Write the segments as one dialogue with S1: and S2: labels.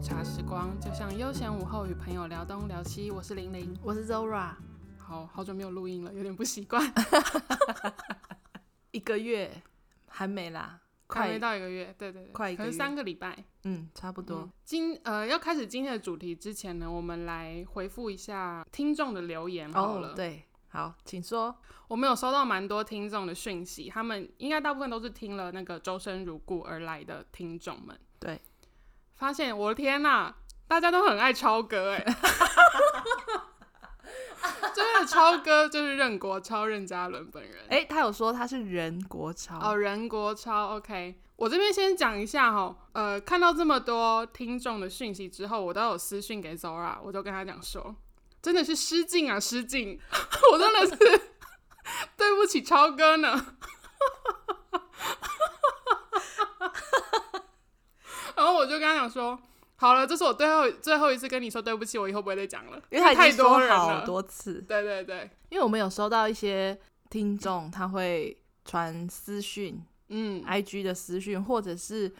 S1: 茶时光，就像悠闲午后与朋友聊东聊西。我是玲玲，
S2: 我是 Zora，
S1: 好好久没有录音了，有点不习 惯，
S2: 一个月还没啦，
S1: 还没
S2: 快
S1: 到一个月，对对对，
S2: 快一
S1: 可
S2: 个
S1: 能
S2: 月
S1: 三个礼拜。
S2: 嗯，差不多。
S1: 嗯今呃要开始今天的主题之前呢，我们来回复一下听众的留言嗯好了。
S2: 哦，对，好，请说。
S1: 我们有收到蛮多听众的讯息，他们应该大部分都是听了那个《周生如故》而来的听众们。
S2: 对，
S1: 发现我的天呐，大家都很爱超哥哎、 真的超哥就是任国超、任嘉伦本人。
S2: 哎、他有说他是人国潮，
S1: 哦，任国超，OK。我这边先讲一下哈，呃，看到这么多听众的讯息之后，我都有私讯给 Zora，我都跟他讲说，真的是失敬啊，失敬， 我真的是对不起超哥呢。然后我就跟他讲说，好了，这是我最后最后一次跟你说对不起，我以后不会再讲了，
S2: 因为他已
S1: 太
S2: 经说
S1: 多人
S2: 好
S1: 了。
S2: 多次，
S1: 对对对，
S2: 因为我们有收到一些听众，他会传私讯、
S1: 嗯，
S2: i g 的私讯，或者是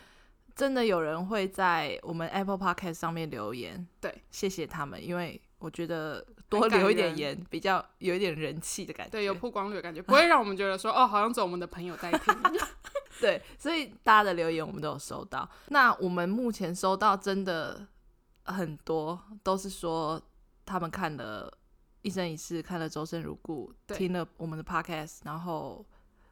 S2: 真的有人会在我们 Apple Podcast 上面留言。
S1: 对，
S2: 谢谢他们，因为我觉得
S1: 很
S2: 多
S1: 感
S2: 留一点
S1: 人
S2: 言比较有一点人气的感觉。
S1: 对，有曝光率的感觉，不会让我们觉得说，哦，好像只有我们的朋友在听。
S2: 对，所以大家的留言我们都有收到。那我们目前收到真的很多，都是说他们看了《一生一世》，看了《周生如故》，
S1: 对
S2: 听了我们的 podcast，然后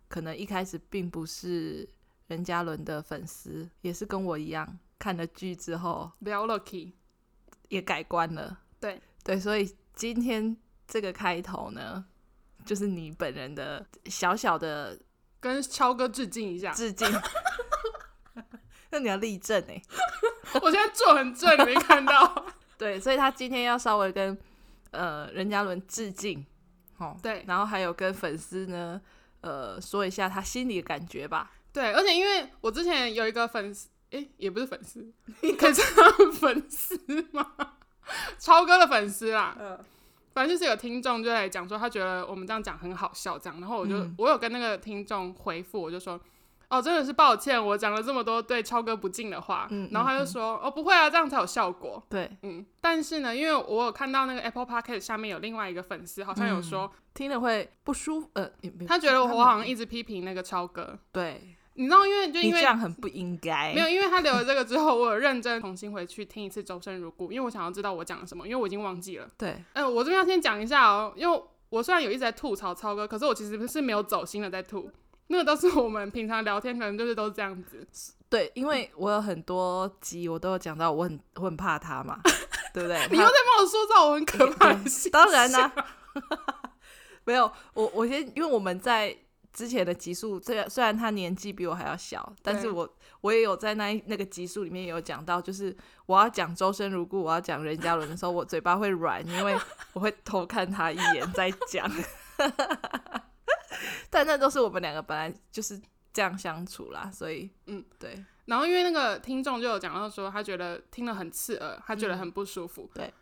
S2: 可能一开始并不是任嘉伦的粉丝，也是跟我一样看了剧之后
S1: 聊 Lucky，
S2: 也改观了。
S1: 对
S2: 对，所以今天这个开头呢，就是你本人的小小的
S1: 跟超哥致敬一下。
S2: 致敬。那你要立正
S1: 欸
S2: 哎、
S1: 我现在坐很正，你没看到？
S2: 对，所以他今天要稍微跟呃任嘉伦致敬，哦，
S1: 对
S2: 然后还有跟粉丝呢，呃，说一下他心里的感觉吧。
S1: 对，而且因为我之前有一个粉丝，诶、也不是粉丝，可是粉丝吗？超哥的粉丝啦，
S2: 嗯，
S1: 反正就是有听众就来讲说，他觉得我们这样讲很好笑，这样，然后我就、
S2: 嗯
S1: 我有跟那个听众回复，我就说。哦，真的是抱歉，我讲了这么多对超哥不敬的话，
S2: 嗯
S1: 然后他就
S2: 嗯嗯
S1: 说、哦不会啊，这样才有效果。
S2: 对，
S1: 嗯，但是呢，因为我有看到那个 Apple Podcast 下面有另外一个粉丝，好像
S2: 嗯
S1: 有说、
S2: 听了会不舒服，呃，也没有
S1: 他觉得我
S2: 们
S1: 好像一直批评那个超哥，
S2: 对
S1: 你知道，因为就
S2: 你
S1: 因
S2: 这
S1: 为
S2: 样很不应该，
S1: 没有，因为他留了这个之后，我有认真重新回去听一次《周生如故》，因为我想要知道我讲了什么，因为我已经忘记了。
S2: 对，
S1: 嗯、我这边要先讲一下哦，因为我虽然有一直在吐槽超哥，可是我其实是没有走心的在吐，那个都是我们平常聊天可能就是都是这样子。
S2: 对，因为我有很多集我都有讲到，我很我很怕他嘛，对不对？
S1: 你
S2: 他
S1: 又在帮我说到我很可怕的 事，
S2: 当然啊
S1: 啊
S2: 啦、没有我，我先因为我们在之前的集数，这个虽然他年纪比我还要小，但是
S1: 对
S2: 我我也有在那一那个集数里面也有讲到，就是我要讲周生如故，我要讲任嘉伦的时候，我嘴巴会软，因为我会偷看他一眼再 讲。但那都是我们两个本来就是这样相处啦，所以
S1: 嗯，
S2: 对
S1: 然后因为那个听众就有讲到说，他觉得听了很刺耳，他觉得很不舒服。
S2: 嗯对，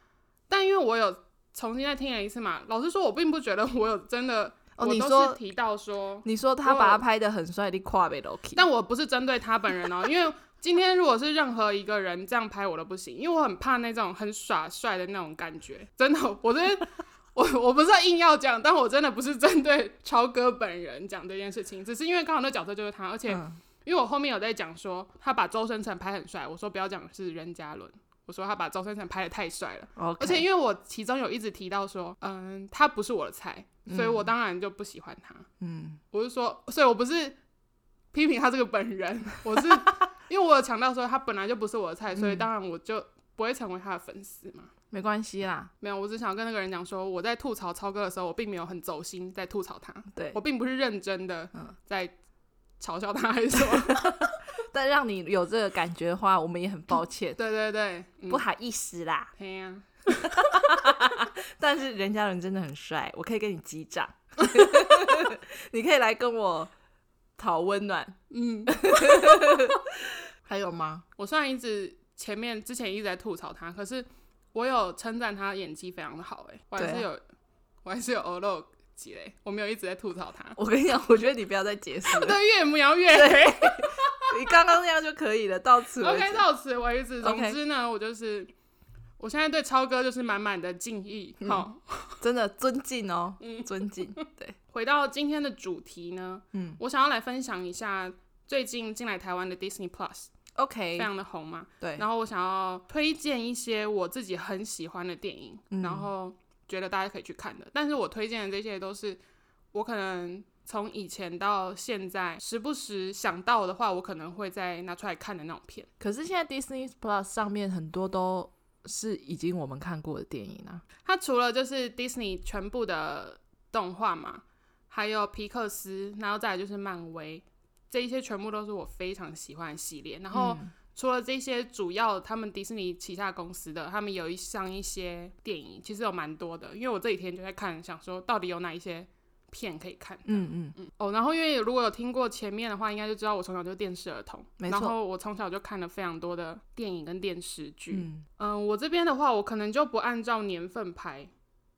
S1: 但因为我有重新再听了一次嘛，老实说，我并不觉得我有真的，我
S2: 哦，你
S1: 都是
S2: 说
S1: 提到说，
S2: 你说他把他拍的很帅，你跨被 l o k
S1: 但我不是针对他本人哦， 因为今天如果是任何一个人这样拍我都不行，因为我很怕那种很耍帅的那种感觉，真的，我真的。 我我不是要硬要讲，但我真的不是针对超哥本人讲这件事情，只是因为刚好那角色就是他，而且
S2: 嗯
S1: 因为我后面有在讲说他把周深成拍很帅，我说不要讲是任嘉伦，我说他把周深成拍的太帅了。
S2: ，OK，
S1: 而且因为我其中有一直提到说，嗯，他不是我的菜，所以我当然就不喜欢他。
S2: 嗯。
S1: 我是说，所以我不是批评他这个本人，我是因为我有强调说他本来就不是我的菜，
S2: 嗯
S1: 所以当然我就不会成为他的粉丝嘛。
S2: 没关系啦，
S1: 没有，我只想跟那个人讲说，我在吐槽超哥的时候，我并没有很走心在吐槽他，
S2: 对
S1: 我，并不是认真的
S2: 嗯
S1: 在嘲笑他还是什 么。
S2: 但让你有这个感觉的话，我们也很抱歉，
S1: 对对对，嗯
S2: 不好意思啦。
S1: 嘿呀、
S2: 但是任嘉伦真的很帅，我可以跟你 击掌，你可以来跟我讨温暖。
S1: 嗯，
S2: 还有吗？
S1: 我虽然一直前面之前一直在吐槽他，可是我有称赞他演技非常的好、欸，我还
S2: 对
S1: 是
S2: 啊
S1: 有，我还是有偶漏几 嘞，我没有一直在吐槽他，
S2: 我跟你讲，我觉得你不要再解释了，
S1: 对，越描越黑，
S2: 你刚刚那样就可以了，到此为止。
S1: OK，到此为止。总
S2: OK
S1: 之呢，我就是我现在对超哥就是满满的敬意。
S2: 嗯
S1: 好，
S2: 真的尊敬哦，
S1: 嗯
S2: 尊敬。对，
S1: 回到今天的主题呢，
S2: 嗯
S1: 我想要来分享一下最近进来台湾的 Disney Plus，非
S2: ，OK，
S1: 常的红嘛。
S2: 对，
S1: 然后我想要推荐一些我自己很喜欢的电影，
S2: 嗯
S1: 然后觉得大家可以去看的。但是我推荐的这些都是我可能从以前到现在，时不时想到的话，我可能会再拿出来看的那种片。
S2: 可是现在 Disney Plus 上面很多都是已经我们看过的电影啊。
S1: 它除了就是 Disney 全部的动画嘛，还有皮克斯，然后再来就是漫威，这一些全部都是我非常喜欢的系列。然后
S2: 嗯
S1: 除了这些主要他们迪士尼旗下公司的，他们有一像一些电影，其实有蛮多的。因为我这几天就在看，想说到底有哪一些片可以看。
S2: 嗯嗯，
S1: 哦，然后因为如果有听过前面的话，应该就知道我从小就是电视儿童，
S2: 没
S1: 然
S2: 错
S1: 后我从小就看了非常多的电影跟电视剧。
S2: 嗯，
S1: 嗯，我这边的话，我可能就不按照年份排，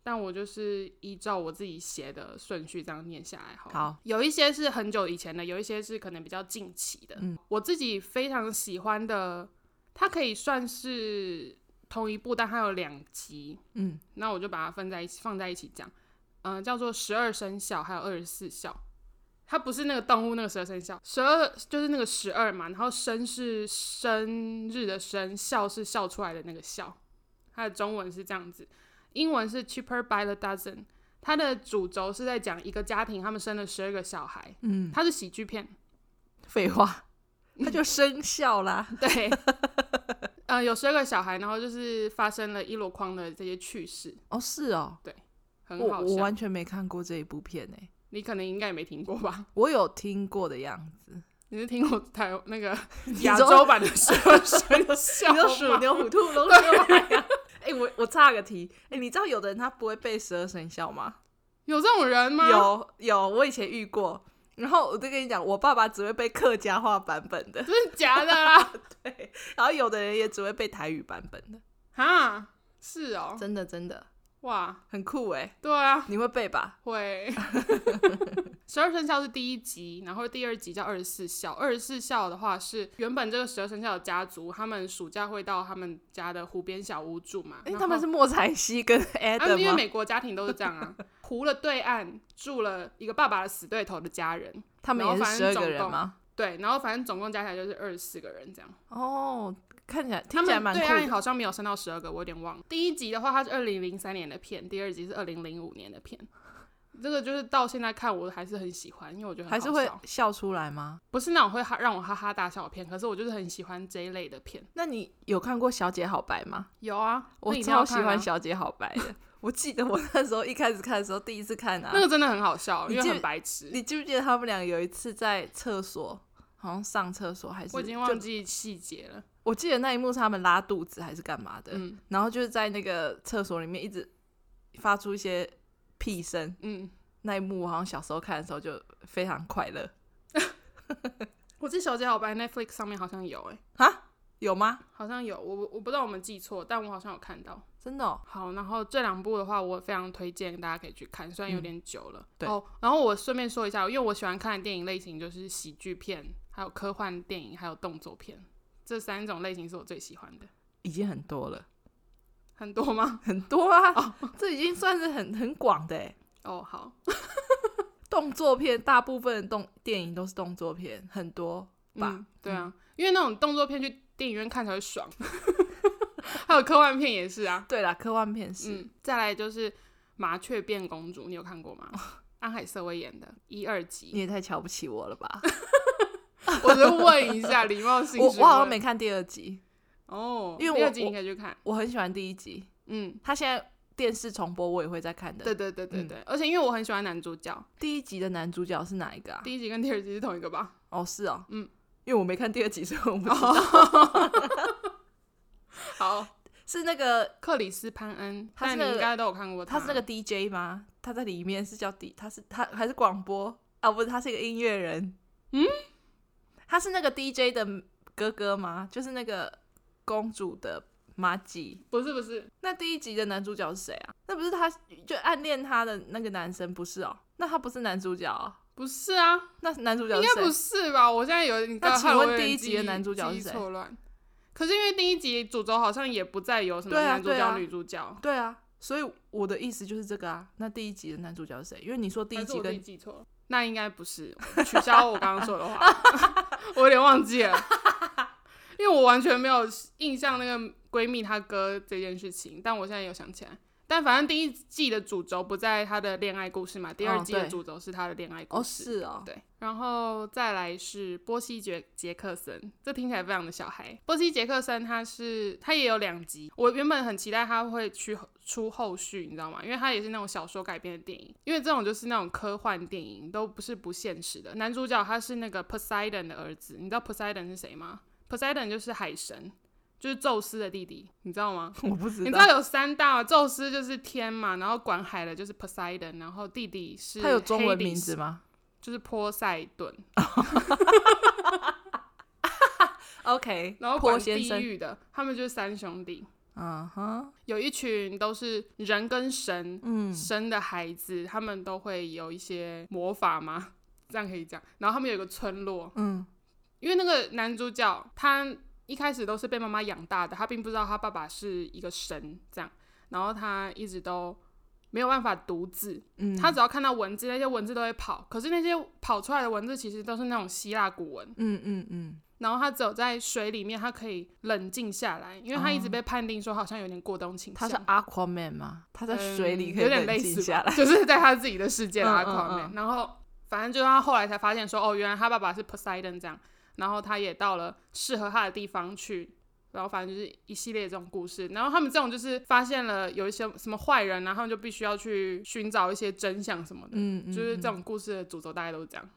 S1: 但我就是依照我自己写的顺序这样念下来好了。
S2: 好
S1: 有一些是很久以前的，有一些是可能比较近期的。
S2: 嗯，
S1: 我自己非常喜欢的，它可以算是同一部，但它有两集，
S2: 嗯，
S1: 那我就把它分在一起放在一起讲。嗯、叫做十二生肖，还有二十四孝。它不是那个动物那个十二生肖，十二就是那个十二嘛，然后生是生日的生，笑是笑出来的那个笑，它的中文是这样子，英文是 cheaper by the dozen。它的主轴是在讲一个家庭，他们生了十二个小孩，
S2: 嗯，
S1: 它是喜剧 片，
S2: 废话，他就生效啦。
S1: 对，呃，有十二个小孩，然后就是发生了一箩筐的这些趣事，
S2: 哦，是哦，
S1: 很
S2: 我
S1: 好
S2: 我
S1: 笑。
S2: 完全没看过这一部片诶、
S1: 你可能应该也没听过吧？
S2: 我有听过的样子。
S1: 你是听过台那个
S2: 你
S1: 亚
S2: 说
S1: 洲版的十二生肖哦
S2: 你
S1: 吗
S2: 说鼠牛 虎兔龙蛇马 呀？哎、我我岔个题，哎、你知道有的人他不会背十二生肖吗？
S1: 有这啊种人吗？，
S2: 有有，我以前遇过。然后我就跟你讲，我爸爸只会背客家话版本的，
S1: 真的假的啦？
S2: 对。然后有的人也只会背台语版本的，
S1: 哈，是哦，
S2: 真的真的
S1: 哇，
S2: 很酷哎、
S1: 对啊，
S2: 你会背吧？
S1: 会。 十二生肖是第一集，然后第二集叫二十四孝。二十四孝的话是原本这个十二生肖的家族，他们暑假会到他们家的湖边小屋住嘛。
S2: 哎、
S1: 然后
S2: 他们是莫彩西跟
S1: 啊，因为
S2: Adam 吗？
S1: 美国家庭都是这样 啊，湖的对岸住了一个爸爸的死对头的家人，
S2: 他们
S1: 然后
S2: 也是
S1: 反
S2: 十
S1: 正
S2: 二
S1: 总
S2: 个人
S1: 共
S2: 吗？
S1: 对，然后反正总共加起来就是二十四个人这样。
S2: 哦，看起来
S1: 他
S2: 听起来
S1: 们
S2: 蛮酷
S1: 对岸
S2: 的。
S1: 好像没有升到十二个，我有点忘了。第一集的话，它是二零零三年的片，第二集是二零零五年的片。 这个就是到现在看，我还是很喜欢，因为我觉得很
S2: 还
S1: 好
S2: 是会
S1: 笑
S2: 笑出来吗？
S1: 不是那种会哈让我哈哈大笑的片，可是我就是很喜欢这一类的片。
S2: 那你有看过《小姐好白》吗？
S1: 有啊，
S2: 我
S1: 那一定
S2: 超
S1: 要
S2: 喜
S1: 看啊
S2: 欢《小姐好白》的。 我记得我那时候一开始看的时候，第一次看啊
S1: 那，个真的很好笑，
S2: 你
S1: 因为
S2: 记
S1: 很白痴。
S2: 你记不记得他们俩有一次在厕所，好像上厕所还是
S1: 我已经
S2: 就
S1: 忘记细节了。
S2: 我记得那一幕是他们拉肚子还是干嘛的，
S1: 嗯
S2: 然后就是在那个厕所里面一直发出一些屁声。
S1: 嗯，
S2: 那一幕我好像小时候看的时候就非常快乐
S1: 我记得《小姐好白》Netflix 上面好像有、欸，
S2: 哈，有吗？
S1: 好像有，我我不知道我们记错，但我好像有看到。
S2: 真的、哦？
S1: 好，然后这两部的话，我非常推荐大家可以去看，虽然有点久了。
S2: 嗯对
S1: 哦，然后我顺便说一下，因为我喜欢看的电影类型就是喜剧片，还有科幻电影，还有动作片，这三种类型是我最喜欢的。哦
S2: 已经很多了，
S1: 很多吗？
S2: 很多啊，这已经算是很很广的欸
S1: 哦，好，
S2: 动作片，大部分的动电影都是动作片，很多吧？
S1: 嗯，对啊，因为那种动作片去电影院看才会爽， 还有科幻片也是啊。
S2: 对啦，科幻片 是、
S1: 嗯，再来就是《麻雀变公主》，你有看过吗？安海瑟薇演的一二
S2: 你
S1: 集，
S2: 也太瞧不起我 了吧？
S1: 我就问一下，礼貌性
S2: 我
S1: 质
S2: 我好像
S1: 问
S2: 没看第二集，
S1: 哦，
S2: 因为
S1: 第二
S2: 我
S1: 集你可以去看，
S2: 我很喜欢第一集，
S1: 嗯，
S2: 他现在电视重播我也会在看的。嗯
S1: 对对对对对，而且因为我很喜欢男主角，
S2: 第一集的男主角是哪一个啊？
S1: 第一集跟第二集是同一个吧？
S2: 哦，是哦，
S1: 嗯，哦
S2: 因为我没看第二集，所以我不 知道、
S1: 好，
S2: 是那个
S1: 克里斯潘恩，
S2: 他是
S1: 但
S2: 那
S1: 你
S2: 个
S1: 应该都有看过
S2: 他是那个 DJ 吗？他在里面是叫 D，他是他还是广播啊？不是，他是一个音乐人。
S1: 嗯，
S2: 他是那个 DJ 的哥哥吗？就是那个公主的马吉。
S1: 不是不是，
S2: 那第一集的男主角是谁啊？那不是他就暗恋他的那个男生不是哦？那他不是男主角、哦，
S1: 不是啊，
S2: 那男主角
S1: 应
S2: 是
S1: 该
S2: 谁
S1: 不？是吧？我现在有你
S2: 那
S1: 刚
S2: 请问第一集的男主角是谁
S1: 错乱。可是因为第一集主轴好像也不再有什么
S2: 对啊
S1: 男主
S2: 对啊
S1: 角、女主角，
S2: 对啊，所以我的意思就是这个啊。那第一集的男主角是谁？因为你说第
S1: 还
S2: 一
S1: 是
S2: 集
S1: 我自己
S2: 跟
S1: 记错了，那应该不是。取消我刚刚说的话， 我有点忘记了，因为我完全没有印象那个闺蜜她哥这件事情，但我现在有想起来。但反正第一季的主轴不在她的恋爱故事嘛，第二
S2: 哦
S1: 季的
S2: 对
S1: 主轴是她的恋爱故
S2: 哦
S1: 事。
S2: 是哦，
S1: 对，然后再来是波西杰杰克森，这听起来非常的小孩。波西杰克森他是他也有两集，我原本很期待他会去出后续，你知道吗？因为他也是那种小说改编的电影，因为这种就是那种科幻电影，都不是不现实的。男主角他是那个 Poseidon 的儿子，你知道 Poseidon 是谁吗？Poseidon 就是海神，就是宙斯的弟弟，你知道吗？
S2: 我不知
S1: 你知
S2: 道
S1: 道有三大，宙斯就是天嘛，然后管海的就是 Poseidon，然后弟弟是
S2: 他有中文
S1: Hades
S2: 名字吗
S1: 就是波塞顿，
S2: ？OK，
S1: 然后
S2: 坡
S1: 管
S2: 先
S1: 地
S2: 生，
S1: 狱的，他们就是三兄弟，
S2: 嗯哼，
S1: 有一群都是人跟神
S2: 嗯，
S1: 生的孩子，他们都会有一些魔法吗？这样可以讲。然后他们有一个村落，
S2: 嗯，
S1: 因为那个男主角他一开始都是被妈妈养大的，他并不知道他爸爸是一个神，这样，然后他一直都没有办法读字，
S2: 嗯
S1: 他只要看到文字，那些文字都会跑，可是那些跑出来的文字其实都是那种希腊古文，
S2: 嗯嗯嗯，
S1: 然后他只有在水里面，他可以冷静下来，因为他一直被判定说好像有点过冬倾
S2: 哦他
S1: 向。
S2: 是 Aquaman 吗？他在
S1: 嗯
S2: 水里可以
S1: 有点
S2: 冷
S1: 类
S2: 静
S1: 似
S2: 下
S1: 吧
S2: 来。
S1: 就是在他自己的世界的
S2: 嗯
S1: a
S2: 嗯
S1: q u a
S2: 嗯
S1: 然后反正就是他后来才发现说，哦，原来他爸爸是 Poseidon 这样，然后他也到了适合他的地方去。然后反正就是一系列这种故事，然后他们这种就是发现了有一些什么坏人啊，然后他们就必须要去寻找一些真相什么的，
S2: 嗯，嗯
S1: 就是这
S2: 嗯
S1: 种故事的主轴大概都是这样。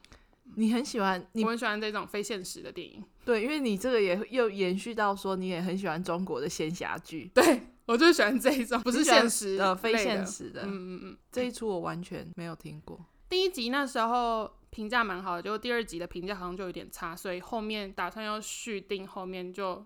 S2: 你很喜欢你
S1: 我很喜欢这种非现实的电影，
S2: 对，因为你这个也又延续到说你也很喜欢中国的仙侠剧，
S1: 我就喜欢这一种不是
S2: 你喜欢
S1: 现实
S2: 呃非
S1: 类的
S2: 现实的。
S1: 嗯嗯嗯，
S2: 这一出我完全没有听过。
S1: 第一集那时候评价蛮好的，就第二集的评价好像就有点差，所以后面打算要续订，后面就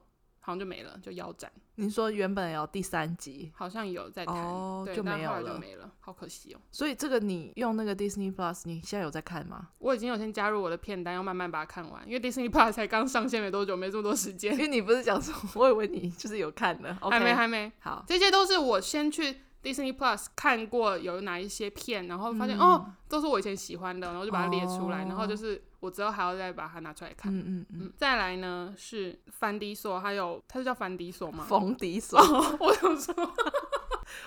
S1: 好像就没了，就腰斩，
S2: 你说原本有第三集，
S1: 好像有在谈，
S2: 哦
S1: 对，
S2: 就
S1: 但
S2: 没有
S1: 后来就
S2: 了
S1: 没了，好可惜哦。
S2: 所以这个你用那个 Disney Plus，你现在有在看 吗？
S1: 我已经有先加入我的片单，要慢慢把它看完，因为 Disney Plus 才刚上线没多久，没这么多时间
S2: 因为你不是讲说，我以为你就是有看了。OK，
S1: 还没还没，
S2: 好，
S1: 这些都是我先去 Disney Plus 看过有哪一些片，然后发
S2: 嗯
S1: 现、哦，都是我以前喜欢的，然后就把它列出来，然后就是我之后还要再把它拿出来看。
S2: 嗯嗯哦嗯，
S1: 嗯，再来呢是凡迪索，还有它是叫凡迪索吗？
S2: 冯迪索，
S1: 哦， 我想说，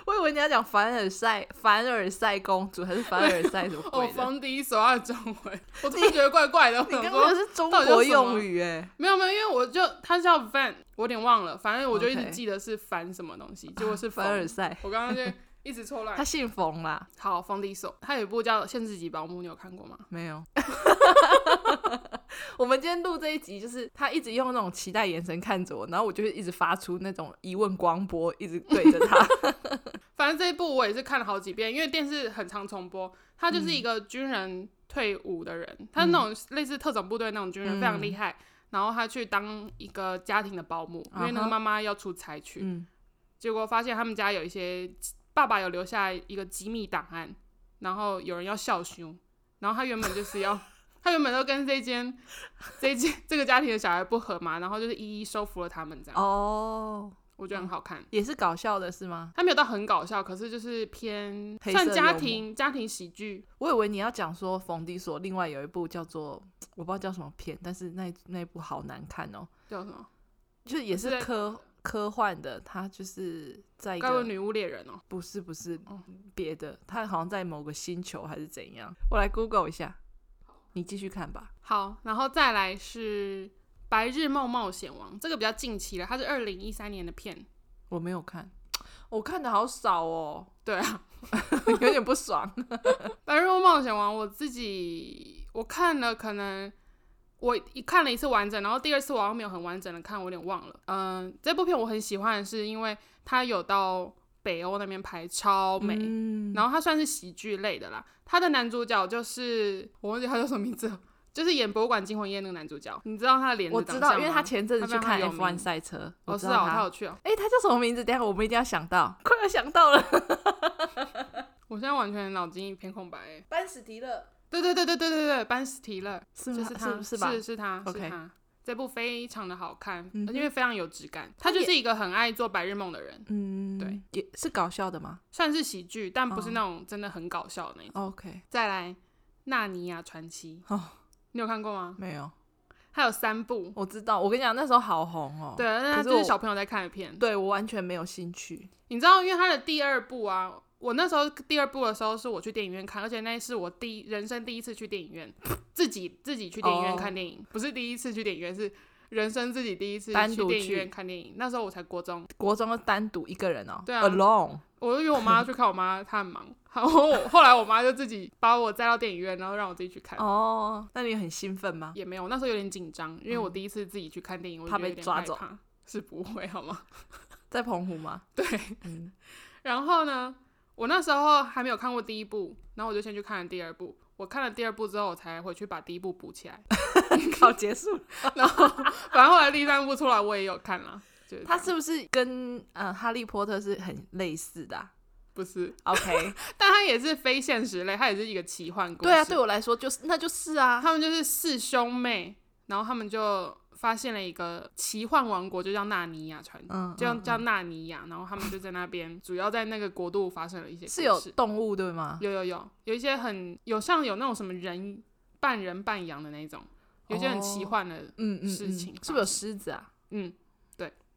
S2: 我以为你要讲凡尔赛，凡尔赛公主还是凡尔赛什么
S1: 哦
S2: 鬼， 的？
S1: 冯迪索它的中文，我怎么觉得怪怪的？我
S2: 你
S1: 想
S2: 根本
S1: 说
S2: 是中
S1: 到底叫
S2: 国
S1: 什么
S2: 用语哎，
S1: 没有没有，因为我就它叫 Van，我有点忘了，反正我就一直
S2: OK 啊
S1: 记得是凡什么东西，结果是
S2: 凡尔
S1: 冯，
S2: 赛，
S1: 我刚刚就一直错
S2: 他
S1: 乱。
S2: 姓冯啦，
S1: 好，冯迪索，它有一部叫《限制级保姆》，你有看过吗？
S2: 没有。 我们今天录这一集，就是他一直用那种期待眼神看着我，然后我就会一直发出那种疑问光波，一直对着 他。嗯
S1: 反正这一部我也是看了好几遍，因为电视很常重播。他就是
S2: 嗯
S1: 一个军人退伍的人，他是那种类似特种部队那种军人，
S2: 嗯
S1: 非常厉害。然后他去当一个家庭的保姆，因为那个
S2: 啊哈
S1: 妈妈要出差去，
S2: 嗯，
S1: 结果发现他们家有一些爸爸有留下一个机密档案，然后有人要校凶，然后他原本就是要。他原本都跟这间、这间、这个家庭的小孩不合嘛，然后就是一一收服了他们这样，
S2: 哦，
S1: 我觉得很好看。
S2: 也是搞笑的是吗？
S1: 他没有到很搞笑，可是就是偏
S2: 黑
S1: 算
S2: 色
S1: 家
S2: 幽默
S1: 庭家庭喜剧，
S2: 我以为你要讲说冯迪所另外有一部叫做我不知道叫什么片，但是那一那一部好难看哦，
S1: 叫什么？
S2: 就也
S1: 是
S2: 是
S1: 在
S2: 科科幻的，他就是在一
S1: 该不会
S2: 个
S1: 女巫猎人哦、
S2: 不是不是
S1: 哦
S2: 别的，他好像在某个星球还是怎样，我来 Google 一下，你继续看吧。
S1: 好，然后再来是《白日梦冒险王》，这个比较近期了，它是二零一三年的片。
S2: 我没有看，我看的好少哦，
S1: 对啊，
S2: 有点不爽。
S1: 《白日梦冒险王》我自己我看了，可能我一看了一次完整，然后第二次我好像没有很完整的看，我有点忘了。嗯、这部片我很喜欢，是因为它有到北欧那边拍，超美。
S2: 嗯
S1: 然后它算是喜剧类的啦。它的男主角就是我忘记他叫什么名字了，就是演《博物馆惊魂夜》那个男主角。你知道他的脸
S2: 我
S1: 是长
S2: 知
S1: 相吗？
S2: 道，因为他前阵
S1: 他
S2: 子去
S1: 非常
S2: 看
S1: 有
S2: F1
S1: 名
S2: 赛车，我
S1: 哦
S2: 知
S1: 是
S2: 道
S1: 哦，
S2: 他
S1: 他有去哦。
S2: 哎、他叫什么名字？等一下我们一定要想到，快要想到了。
S1: 我现在完全脑筋一片空白欸。
S2: 班史迪勒
S1: 对对对对对对对，班斯提勒
S2: 是
S1: 就是
S2: 不是
S1: 他，
S2: 不是吧？
S1: 是是他是
S2: OK
S1: 他。这部非常的好看，
S2: 嗯哼
S1: 因为非常有质感。他
S2: 他
S1: 就
S2: 也
S1: 是一个很爱做白日梦的人，
S2: 嗯，
S1: 对，
S2: 也是搞笑的吗
S1: 算是喜剧，但不是
S2: 哦
S1: 那种真的很搞笑的那种。
S2: ？OK，
S1: 再来，《纳尼亚传奇》
S2: 哦，
S1: 你有看过吗？
S2: 没有，
S1: 它有三部，
S2: 我知道。我跟你讲，那时候好红哦。
S1: 对，那它
S2: 可是
S1: 就是
S2: 我
S1: 小朋友在看的片
S2: 对，。我完全没有兴趣。
S1: 你知道，因为它的第二部啊，我那时候第二部的时候是我去电影院看，而且那是我第一人生第一次去电影院，自己自己去电影院
S2: 哦
S1: 看电影不是第一次去电影院，是人生自己第一次
S2: 单
S1: 去
S2: 独
S1: 电影
S2: 去
S1: 院看电影。那时候我才国中，
S2: 国中单独一个人哦，
S1: 对啊
S2: a l o n e
S1: 我就约我妈要去看，我妈她很忙，然后我后来我妈就自己把我载到电影院，然后让我自己去看。
S2: 哦，那你很兴奋吗？
S1: 也没有，那时候有点紧张，因为我第一次自己去看电影，我就
S2: 嗯怕
S1: 觉得
S2: 被
S1: 有点
S2: 抓
S1: 害
S2: 走
S1: 怕，是不会好吗？
S2: 在澎湖吗？
S1: 对，
S2: 嗯，
S1: 然后呢，我那时候还没有看过第一部，然后我就先去看了第二部。我看了第二部之后，我才回去把第一部补起来。
S2: 好结束了。
S1: 然后，反正后来第三部出来，我也有看了。就是这
S2: 他
S1: 样
S2: 是不是跟呃哈利波特是很类似的啊、
S1: 不是？
S2: OK，
S1: 但它也是非现实类，它也是一个奇幻故事。
S2: 对啊，对我来说就是那就是啊，
S1: 他们就是四兄妹，然后他们就发现了一个奇幻王国，就叫纳尼亚传奇。
S2: 嗯，
S1: 就
S2: 嗯
S1: 叫纳尼亚，然后他们就在那边，主要在那个国度发生了一些故
S2: 是有
S1: 事
S2: 动物对吗？
S1: 有有有有一些很有像有那种什么人半人半羊的那种，有一些很奇
S2: 哦
S1: 幻的，
S2: 嗯嗯，
S1: 事
S2: 嗯
S1: 情发
S2: 是不是有狮子啊？
S1: 嗯，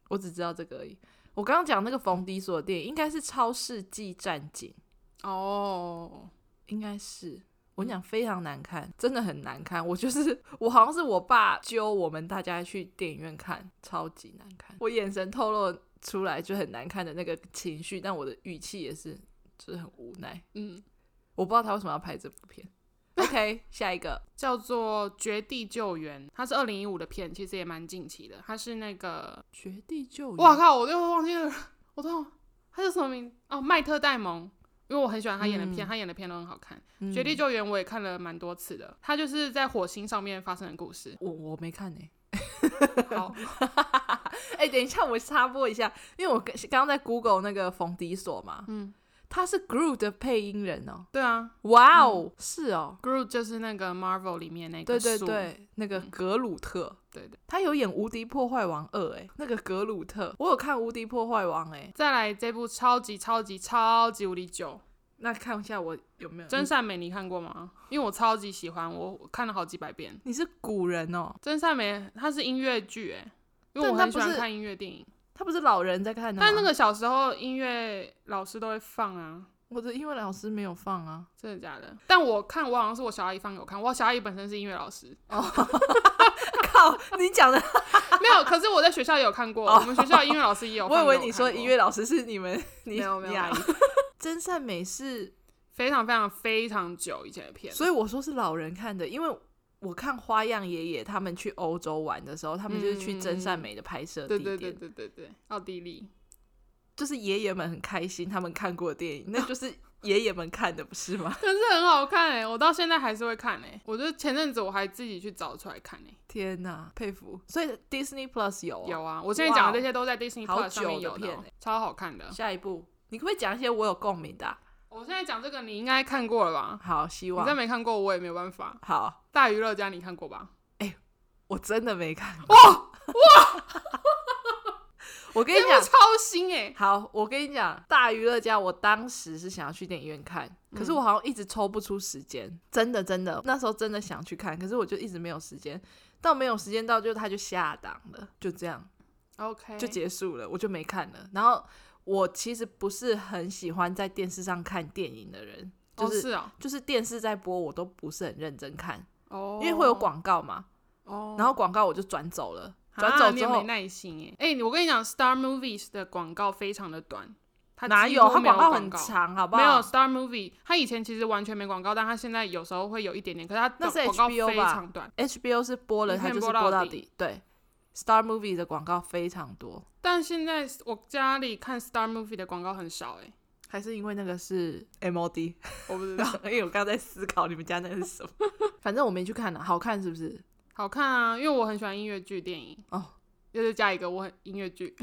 S2: 我只知道这个而已。我刚刚讲那个冯迪索的电影，应该是《超世纪战警》，
S1: 哦，
S2: 应该是。我
S1: 嗯
S2: 跟你讲非常难看，真的很难看。我就是 我好像是我爸揪我们大家去电影院看，超级难看。我眼神透露出来就很难看的那个情绪，但我的语气也是就是很无奈。
S1: 嗯，
S2: 我不知道他为什么要拍这部片。OK，下 一个
S1: 叫做《绝地救援》，它是二零一五的片，其实也蛮近期的，它是那个，
S2: 《绝地救援》。
S1: 哇靠，我又忘记了，我都它叫什么名？哦，麦特戴蒙。因为我很喜欢他演的片，
S2: 嗯
S1: 他演的片都很好看。
S2: 嗯。
S1: 绝地救援》我也看了蛮多次的，它就是在火星上面发生的故事
S2: 我我没看呢、
S1: 好，
S2: 哎、等一下，我插播一下，因为我刚刚刚在 Google 那个冯迪索嘛，
S1: 嗯，
S2: 他是 Groot 的配音人哦，
S1: 对啊
S2: 哇哦，是哦，
S1: ，Groot 就是那个 Marvel 里面那个
S2: 对对
S1: 树
S2: 对，那个
S1: 嗯
S2: 格鲁特，
S1: 对的。
S2: 他有演《无敌破坏王二》哎，那个格鲁特，我有看《无敌破坏王》哎，
S1: 再来这部超级超级超级无敌久，
S2: 那看一下我有没有
S1: 《真善美》，你看过吗？因为我超级喜欢，我我看了好几百遍。《
S2: 你是古人哦，
S1: 真善美》它是音乐剧，哎，因为
S2: 但
S1: 我
S2: 它
S1: 很喜欢
S2: 不是
S1: 看音乐电影。
S2: 他不是老人在看的吗？
S1: 但那个小时候音乐老师都会放啊，
S2: 我的英文老师没有放啊，
S1: 真的假的？但我看我好像是我小阿姨放给我看，我小阿姨本身是音乐老师，
S2: 靠，你讲的，
S1: 没有。可是我在学校也有看 过，我们学校的音乐老师也有
S2: 哦我
S1: 放
S2: 以
S1: 给看过。
S2: 为你说音乐老师是你 们，你
S1: 没有没有
S2: 你啊阿
S1: 没
S2: 姨真善美是
S1: 非常非常非常久以前的片，
S2: 所以我说是老人看的，因为我看花样爷爷他们去欧洲玩的时候，他们就是去真善美的拍摄地
S1: 对对
S2: 点，
S1: 对对对对，奥地利。
S2: 就是爷爷们很开心，他们看过的电影，那 就是爷爷们看的，不是吗？
S1: 可是很好看哎、我到现在还是会看哎、我就前阵子我还自己去找出来看哎、
S2: 天哪，佩服！所以 Disney Plus 有、哦、
S1: 有啊，我现在讲
S2: 哇
S1: 的这些都在 Disney
S2: 好
S1: Plus 上面有的
S2: 久的
S1: 哦、
S2: 片欸
S1: 超好看的。
S2: 下一部，你可不可以讲一些我有共鸣的啊、
S1: 我现在讲这个你应该看过了吧？
S2: 好，希
S1: 你再
S2: 望
S1: 没看过我也没有办法。
S2: 好，
S1: 大娱乐家你看过吧？
S2: 我真的没看过，哇哇！ 我跟你
S1: 这
S2: 讲
S1: 部，超新哎、
S2: 好，我跟你讲，大娱乐家，我当时是想要去电影院看，可是我好像一直抽不出时间，真的真的，那时候真的想去看，可是我就一直没有时间，到没有时间到就他就下档了，就这样
S1: OK，哦
S2: 就结束了，我就没看了。然后我其实不是很喜欢在电视上看电影的人，就
S1: 哦
S2: 是、
S1: 是哦
S2: 就是电视在播，我都不是很认真看，
S1: 哦，
S2: 因为会有广告嘛，
S1: 哦，
S2: 然后广告我就转走了，转
S1: 啊
S2: 走
S1: 你
S2: 之
S1: 也
S2: 后、
S1: 没耐心哎、哎、我跟你讲，Star Movies 的广告非常的短，它
S2: 哪
S1: 几
S2: 有
S1: 乎
S2: 它
S1: 没有
S2: 告
S1: 告
S2: 很长，好不
S1: 没有
S2: 好？
S1: Star Movie，它以前其实完全没广告，但它现在有时候会有一点点，可是它广
S2: 那是
S1: 广告
S2: HBO
S1: 非
S2: 吧
S1: 常短。
S2: HBO 是播了，
S1: 一
S2: 它
S1: 片
S2: 就是
S1: 播到
S2: 播到
S1: 底
S2: 底。对，Star Movie 的广告非常多，
S1: 但现在我家里看 Star Movie 的广告很少哎、
S2: 还是因为那个是 MOD，
S1: 我不知道，
S2: 因为我刚才在思考你们家那个 是什么。啊反正我没去看了，好看是不是？
S1: 好看啊，因为我很喜欢音乐剧电影
S2: 哦，哎
S1: 又是加一个我很音乐 剧，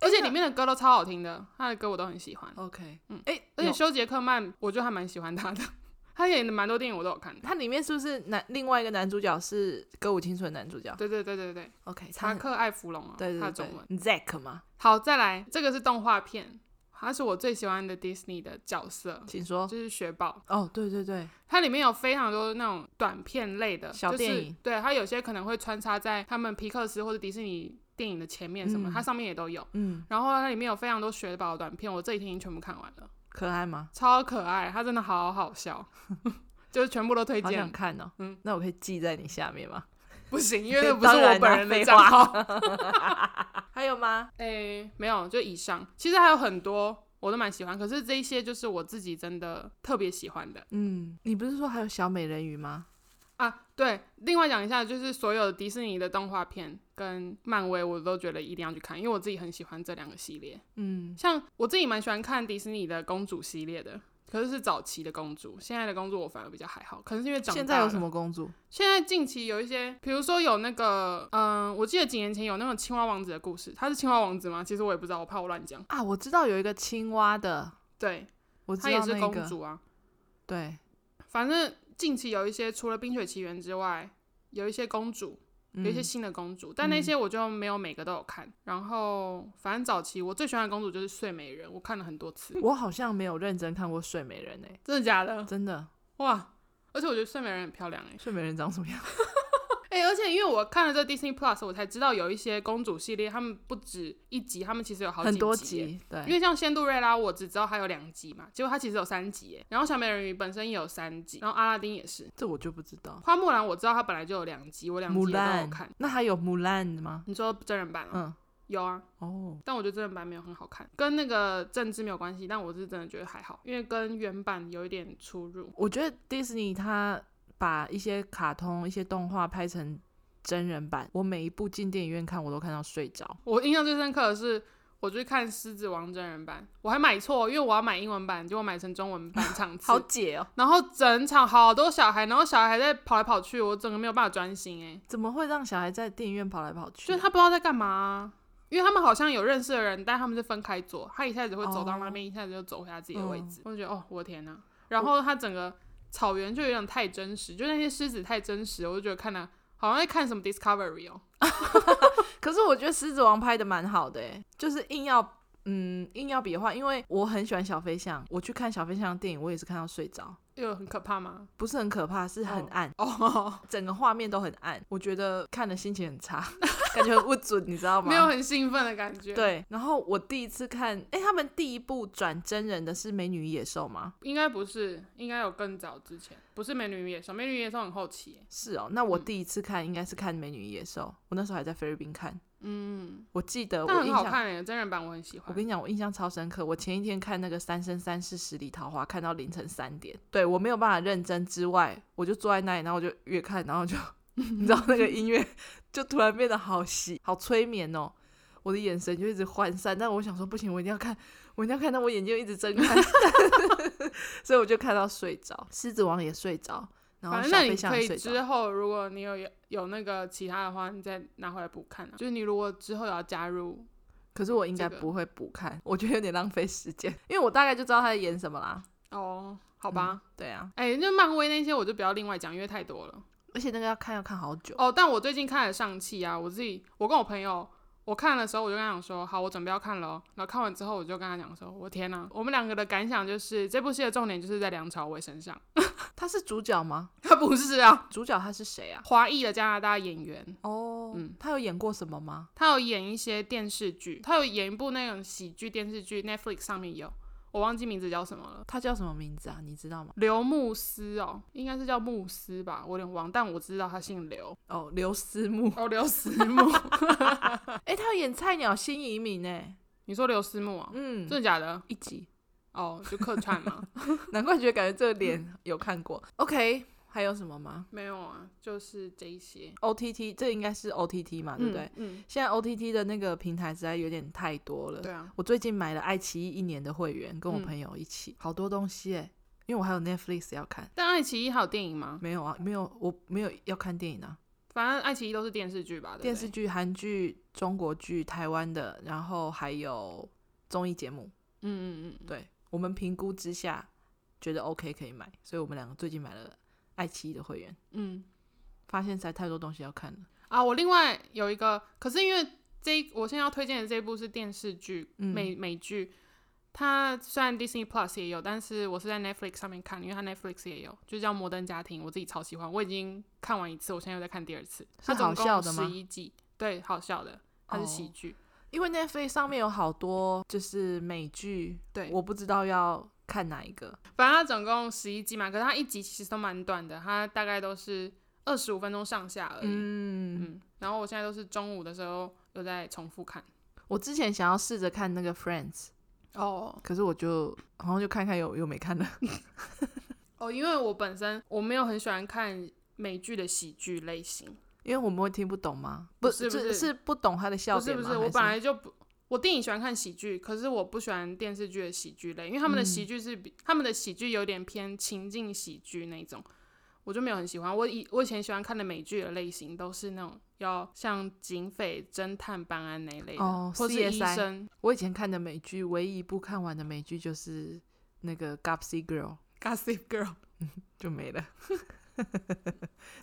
S1: 而且里面的歌都超好听的，他的歌我都很喜欢。
S2: OK，
S1: 嗯
S2: 哎、
S1: 而且
S2: 有
S1: 修杰克曼，我就还蛮喜欢他的， 他演的蛮多电影我都有看的。
S2: 它里面是不是男另外一个男主角是《歌舞青春》男主角
S1: 对对对对对，
S2: ？OK，他
S1: 查
S2: 很
S1: 克·艾弗隆啊，
S2: 对对
S1: 他
S2: 对
S1: 的中文。
S2: Zack 吗？
S1: 好，再来，这个是动画片，他是我最喜欢的 Disney 的角色，
S2: 请说。
S1: 嗯就是雪宝。
S2: 哦，对对对，
S1: 它里面有非常多那种短片类的
S2: 小电
S1: 就是
S2: 影、
S1: 对它有些可能会穿插在他们皮克斯或者迪士尼电影的前面什么，
S2: 嗯
S1: 它上面也都有。
S2: 嗯，
S1: 然后它里面有非常多雪宝的短片，我这几天已经全部看完了，
S2: 可爱吗？
S1: 超可爱，它真的好好笑， 就是全部都推
S2: 好想
S1: 荐。
S2: 看哦。
S1: 嗯，
S2: 那我可以记在你下面吗？
S1: 不行，因为那不是我本人的账
S2: 当
S1: 号。 啊
S2: 还有吗？
S1: 诶、哎没有，就以上。其实还有很多我都蛮喜欢，可是这一些就是我自己真的特别喜欢的
S2: 嗯，你不是说还有小美人鱼吗？
S1: 啊。对，另外讲一下，就是所有迪士尼的动画片跟漫威，我都觉得一定要去看，因为我自己很喜欢这两个系列。
S2: 嗯，
S1: 像我自己蛮喜欢看迪士尼的公主系列的，可是是早期的公主，现在的公主我反而比较还好，可能是因为长大
S2: 现在有什
S1: 了
S2: 么公主？
S1: 现在近期有一些，比如说有那个，嗯、我记得几年前有那种青蛙王子的故事，他是青蛙王子吗？其实我也不知道，我怕我乱讲。
S2: 啊，我知道有一个青蛙的，
S1: 对，
S2: 我知
S1: 她
S2: 道
S1: 也
S2: 那
S1: 是
S2: 个。
S1: 公主啊。
S2: 对，
S1: 反正近期有一些，除了《冰雪奇缘》之外，有一些公主，有一些
S2: 嗯
S1: 新的公主，但那些我就没有每个都有看。然后，反正早期我最喜欢的公主就是睡美人，我看了很多次，
S2: 我好像没有认真看过睡美 人诶、
S1: 真的假的？
S2: 真的，
S1: 哇！而且我觉得睡美人很漂亮哎、
S2: 睡美人长什么样？
S1: 哎、而且因为我看了这 Disney Plus，我才知道有一些公主系列，他们不止一集，他们其实有好几
S2: 很多
S1: 集耶。
S2: 集，对，
S1: 因为像仙杜瑞拉，我只知道它有两集嘛，结果它其实有三集耶。然后小美人鱼本身也有三集，然后阿拉丁也是。
S2: 这我就不知道。
S1: 花木兰我知道它本来就有两集，我两集
S2: 木
S1: 也都有
S2: 兰
S1: 看。，
S2: 那还有木兰吗？
S1: 你说真人版啊？
S2: 嗯，
S1: 有啊，
S2: 哦，
S1: 但我觉得真人版没有很好看，跟那个政治没有关系，但我是真的觉得还好，因为跟原版有一点出入。
S2: 我觉得迪士尼它把一些卡通、一些动画拍成真人版，我每一部进电影院看，我都看到睡着。
S1: 我印象最深刻的是，我去看《狮子王》真人版，我还买错，因为我要买英文版，结果买成中文版场次。
S2: 解哦，
S1: 然后整场好多小孩，然后小孩还在跑来跑去，我整个没有办法专心哎、
S2: 怎么会让小孩在电影院跑来跑去
S1: 就
S2: 啊？
S1: 是他不知道在干嘛啊、因为他们好像有认识的人，但他们是分开坐，他一下子会走
S2: 哦
S1: 到那边一下子就走回他自己的位
S2: 嗯
S1: 置。我就觉得哦，我的天呐、然后他整个草原就有点太真实，就那些狮子太真实，我就觉得看了、好像在看什么 Discovery 哦。
S2: 可是我觉得《狮子王》拍的蛮好的诶，就是硬要。嗯，硬要比的话，因为我很喜欢小飞象，我去看小飞象的电影，我也是看到睡着，
S1: 又很可怕吗？
S2: 不是很可怕，是很
S1: 哦
S2: 暗，
S1: 哦，
S2: 整个画面都很暗，我觉得看的心情很差， 感觉很不准，你知道吗？
S1: 没有很兴奋的感觉。，
S2: 对，然后我第一次看，哎、他们第一部转真人的是《美女与野兽》吗？
S1: 应该不是，应该有更早之前，不是美女与野兽，美女与野兽很后期耶。
S2: 是哦，那
S1: 嗯
S2: 我第一次看应该是看《美女与野兽》，我那时候还在菲律宾看，
S1: 嗯，
S2: 我记得
S1: 但
S2: 呃我
S1: 很
S2: 印
S1: 好
S2: 象，
S1: 看诶，真人版我很喜
S2: 我
S1: 欢。
S2: 跟你讲，我印象超深刻。我前一天看那个《三生三世十里桃花》，看到凌晨三点，对我没有办法认真之外，我就坐在那里，然后我就越看，然 后就你知道那个音乐就突然变得好喜，好催眠哦。我的眼神就一直涣散，但我想说不行，我一定要看，我一定要看，但我眼睛又一直睁开， 所以我就看到睡着，狮子王也睡着，然后
S1: 反正
S2: 小
S1: 那
S2: 飞
S1: 你
S2: 象
S1: 可
S2: 也
S1: 以
S2: 睡着。
S1: 之后，如果你有有那个其他的话，你再拿回来补看、啊。就是你如果之后有要加入，
S2: 可是我应该
S1: 这个
S2: 不会补看，我觉得有点浪费时间，因为我大概就知道他在演什么啦。
S1: 哦，好吧。
S2: 对啊，
S1: 哎、那漫威那些我就不要另外讲，因为太多了。
S2: 而且那个要看要看好久。
S1: 哦，但我最近看了上汽啊，我自己，我跟我朋友，我看的时候我就跟他讲说，好，我准备要看喽。然后看完之后，我就跟他讲说，我天呐、我们两个的感想就是，这部戏的重点就是在梁朝伟身上，
S2: 他是主角吗？
S1: 他不是啊，
S2: 主角他是谁啊？
S1: 华裔的加拿大演员，
S2: 哦，
S1: 嗯
S2: 他有演过什么吗？
S1: 他有演一些电视剧，他有演一部那种喜剧电视剧，Netflix 上面有，我忘记名字叫什么了。
S2: 他叫什么名字啊？你知道吗？
S1: 刘牧师哦，应该是叫牧师吧，我有点忘，但我知道他姓刘，
S2: 哦，刘思 慕。
S1: 哦，刘思慕，
S2: 哎、他有演《菜鸟新移民》呢。
S1: 你说刘思慕啊、
S2: 嗯，
S1: 真的假的？
S2: 一集，
S1: 哦，就客串嘛。
S2: 难怪觉得感觉这个脸有看过。OK，还有什么吗
S1: 没有啊，就是这一些，
S2: ？OTT，这应该是 OTT 嘛，对不对？？
S1: 嗯，
S2: 现在 OTT 的那个平台实在有点太多了。
S1: 对啊，
S2: 我最近买了爱奇艺一年的会员，跟我
S1: 嗯
S2: 朋友一起，好多东西哎，因为我还有 Netflix 要看。
S1: 但爱奇艺还有电影吗？
S2: 没有啊，没有，我没有要看电影啊。
S1: 反正爱奇艺都是电视剧吧，对不对
S2: 电视剧、韩剧、中国剧、台湾的，然后还有综艺节目。
S1: 嗯嗯嗯，
S2: 对我们评估之下，觉得 OK 可以买，所以我们两个最近买了爱奇艺的会员，
S1: 嗯
S2: 发现实在太多东西要看了。
S1: 啊，我另外有一个，可是因为这一我现在要推荐的这一部是电视剧，
S2: 嗯
S1: 美美剧。它虽然 Disney Plus 也有，但是我是在 Netflix 上面看，因为它 Netflix 也有，就叫《摩登家庭》，我自己超喜欢。我已经看完一次，我现在又在看第二次。它
S2: 是好
S1: 总
S2: 笑
S1: 共
S2: 的
S1: 十
S2: 吗
S1: 一季，对，好笑的，它是喜
S2: 哦
S1: 剧。
S2: 因为 Netflix 上面有好多就是美剧，
S1: 对
S2: 我不知道要看哪一个。
S1: 反正它总共十一季嘛，可是它一集其实都蛮短的，它大概都是二十五分钟上下而已。嗯
S2: 嗯，
S1: 然后我现在都是中午的时候又在重复看。
S2: 我之前想要试着看那个 Friends，
S1: 哦
S2: 可是我就好像就看看又又没看了。
S1: 哦，因为我本身我没有很喜欢看美剧的喜剧类型，
S2: 因为我们会听不懂吗？
S1: 不是
S2: 是就
S1: 不是
S2: 是不懂他的笑
S1: 不是
S2: 点
S1: 不
S2: 吗？
S1: 是，
S2: 还
S1: 我本来就不。我电影喜欢看喜剧，可是我不喜欢电视剧的喜剧类，因为他们的
S2: 嗯
S1: 喜剧是比、他们的喜剧有点偏情境喜剧那种，我就没有很喜欢。我以我以前喜欢看的美剧的类型都是那种要像警匪、侦探、办案那一类的，
S2: 哦
S1: 或是
S2: CSI
S1: 医生。
S2: 我以前看的美剧，唯一一部看完的美剧就是那个《Gossip Girl》，
S1: Gossip Girl，
S2: 就没了。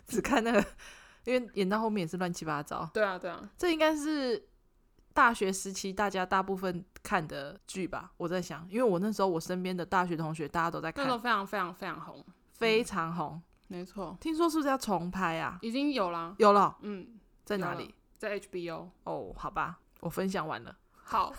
S2: 只看那个，因为演到后面也是乱七八糟。
S1: 对啊对啊，
S2: 这应该是大学时期大家大部分看的剧吧？我在想，因为我那时候我身边的大学同学大家都在
S1: 那时候嗯
S2: 看，
S1: 非常非常非常红，
S2: 非常红。
S1: 没错，
S2: 听说是不是要重拍啊？
S1: 已经有啦，
S2: 有了，
S1: 嗯，
S2: 在
S1: 有
S2: 哪
S1: 了
S2: 里？
S1: 在 HBO。
S2: 哦，好吧，我分享完了。
S1: 好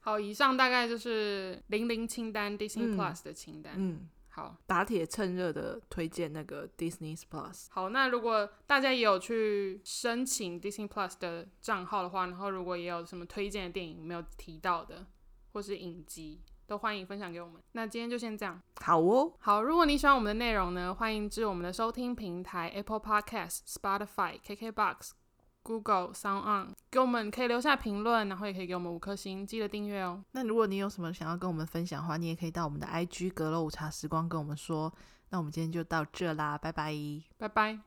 S1: 好，以上大概就是零零清单 Disney
S2: 嗯
S1: Plus 的清单。
S2: 嗯，
S1: 好
S2: 打铁趁热的推荐那个 Disney Plus。
S1: 好，那如果大家也有去申请 Disney Plus 的账号的话，然后如果也有什么推荐的电影没有提到的，或是影集，都欢迎分享给我们。那今天就先这样。
S2: 好哦，
S1: 好，如果你喜欢我们的内容呢，欢迎至我们的收听平台 Apple Podcast、Spotify、KKBox、Google、Sound On，给我们可以留下评论，然后也可以给我们五颗星，记得订阅哦。
S2: 那如果你有什么想要跟我们分享的话，你也可以到我们的 IG 阁楼午茶时光跟我们说。那我们今天就到这啦，拜拜。
S1: 拜拜。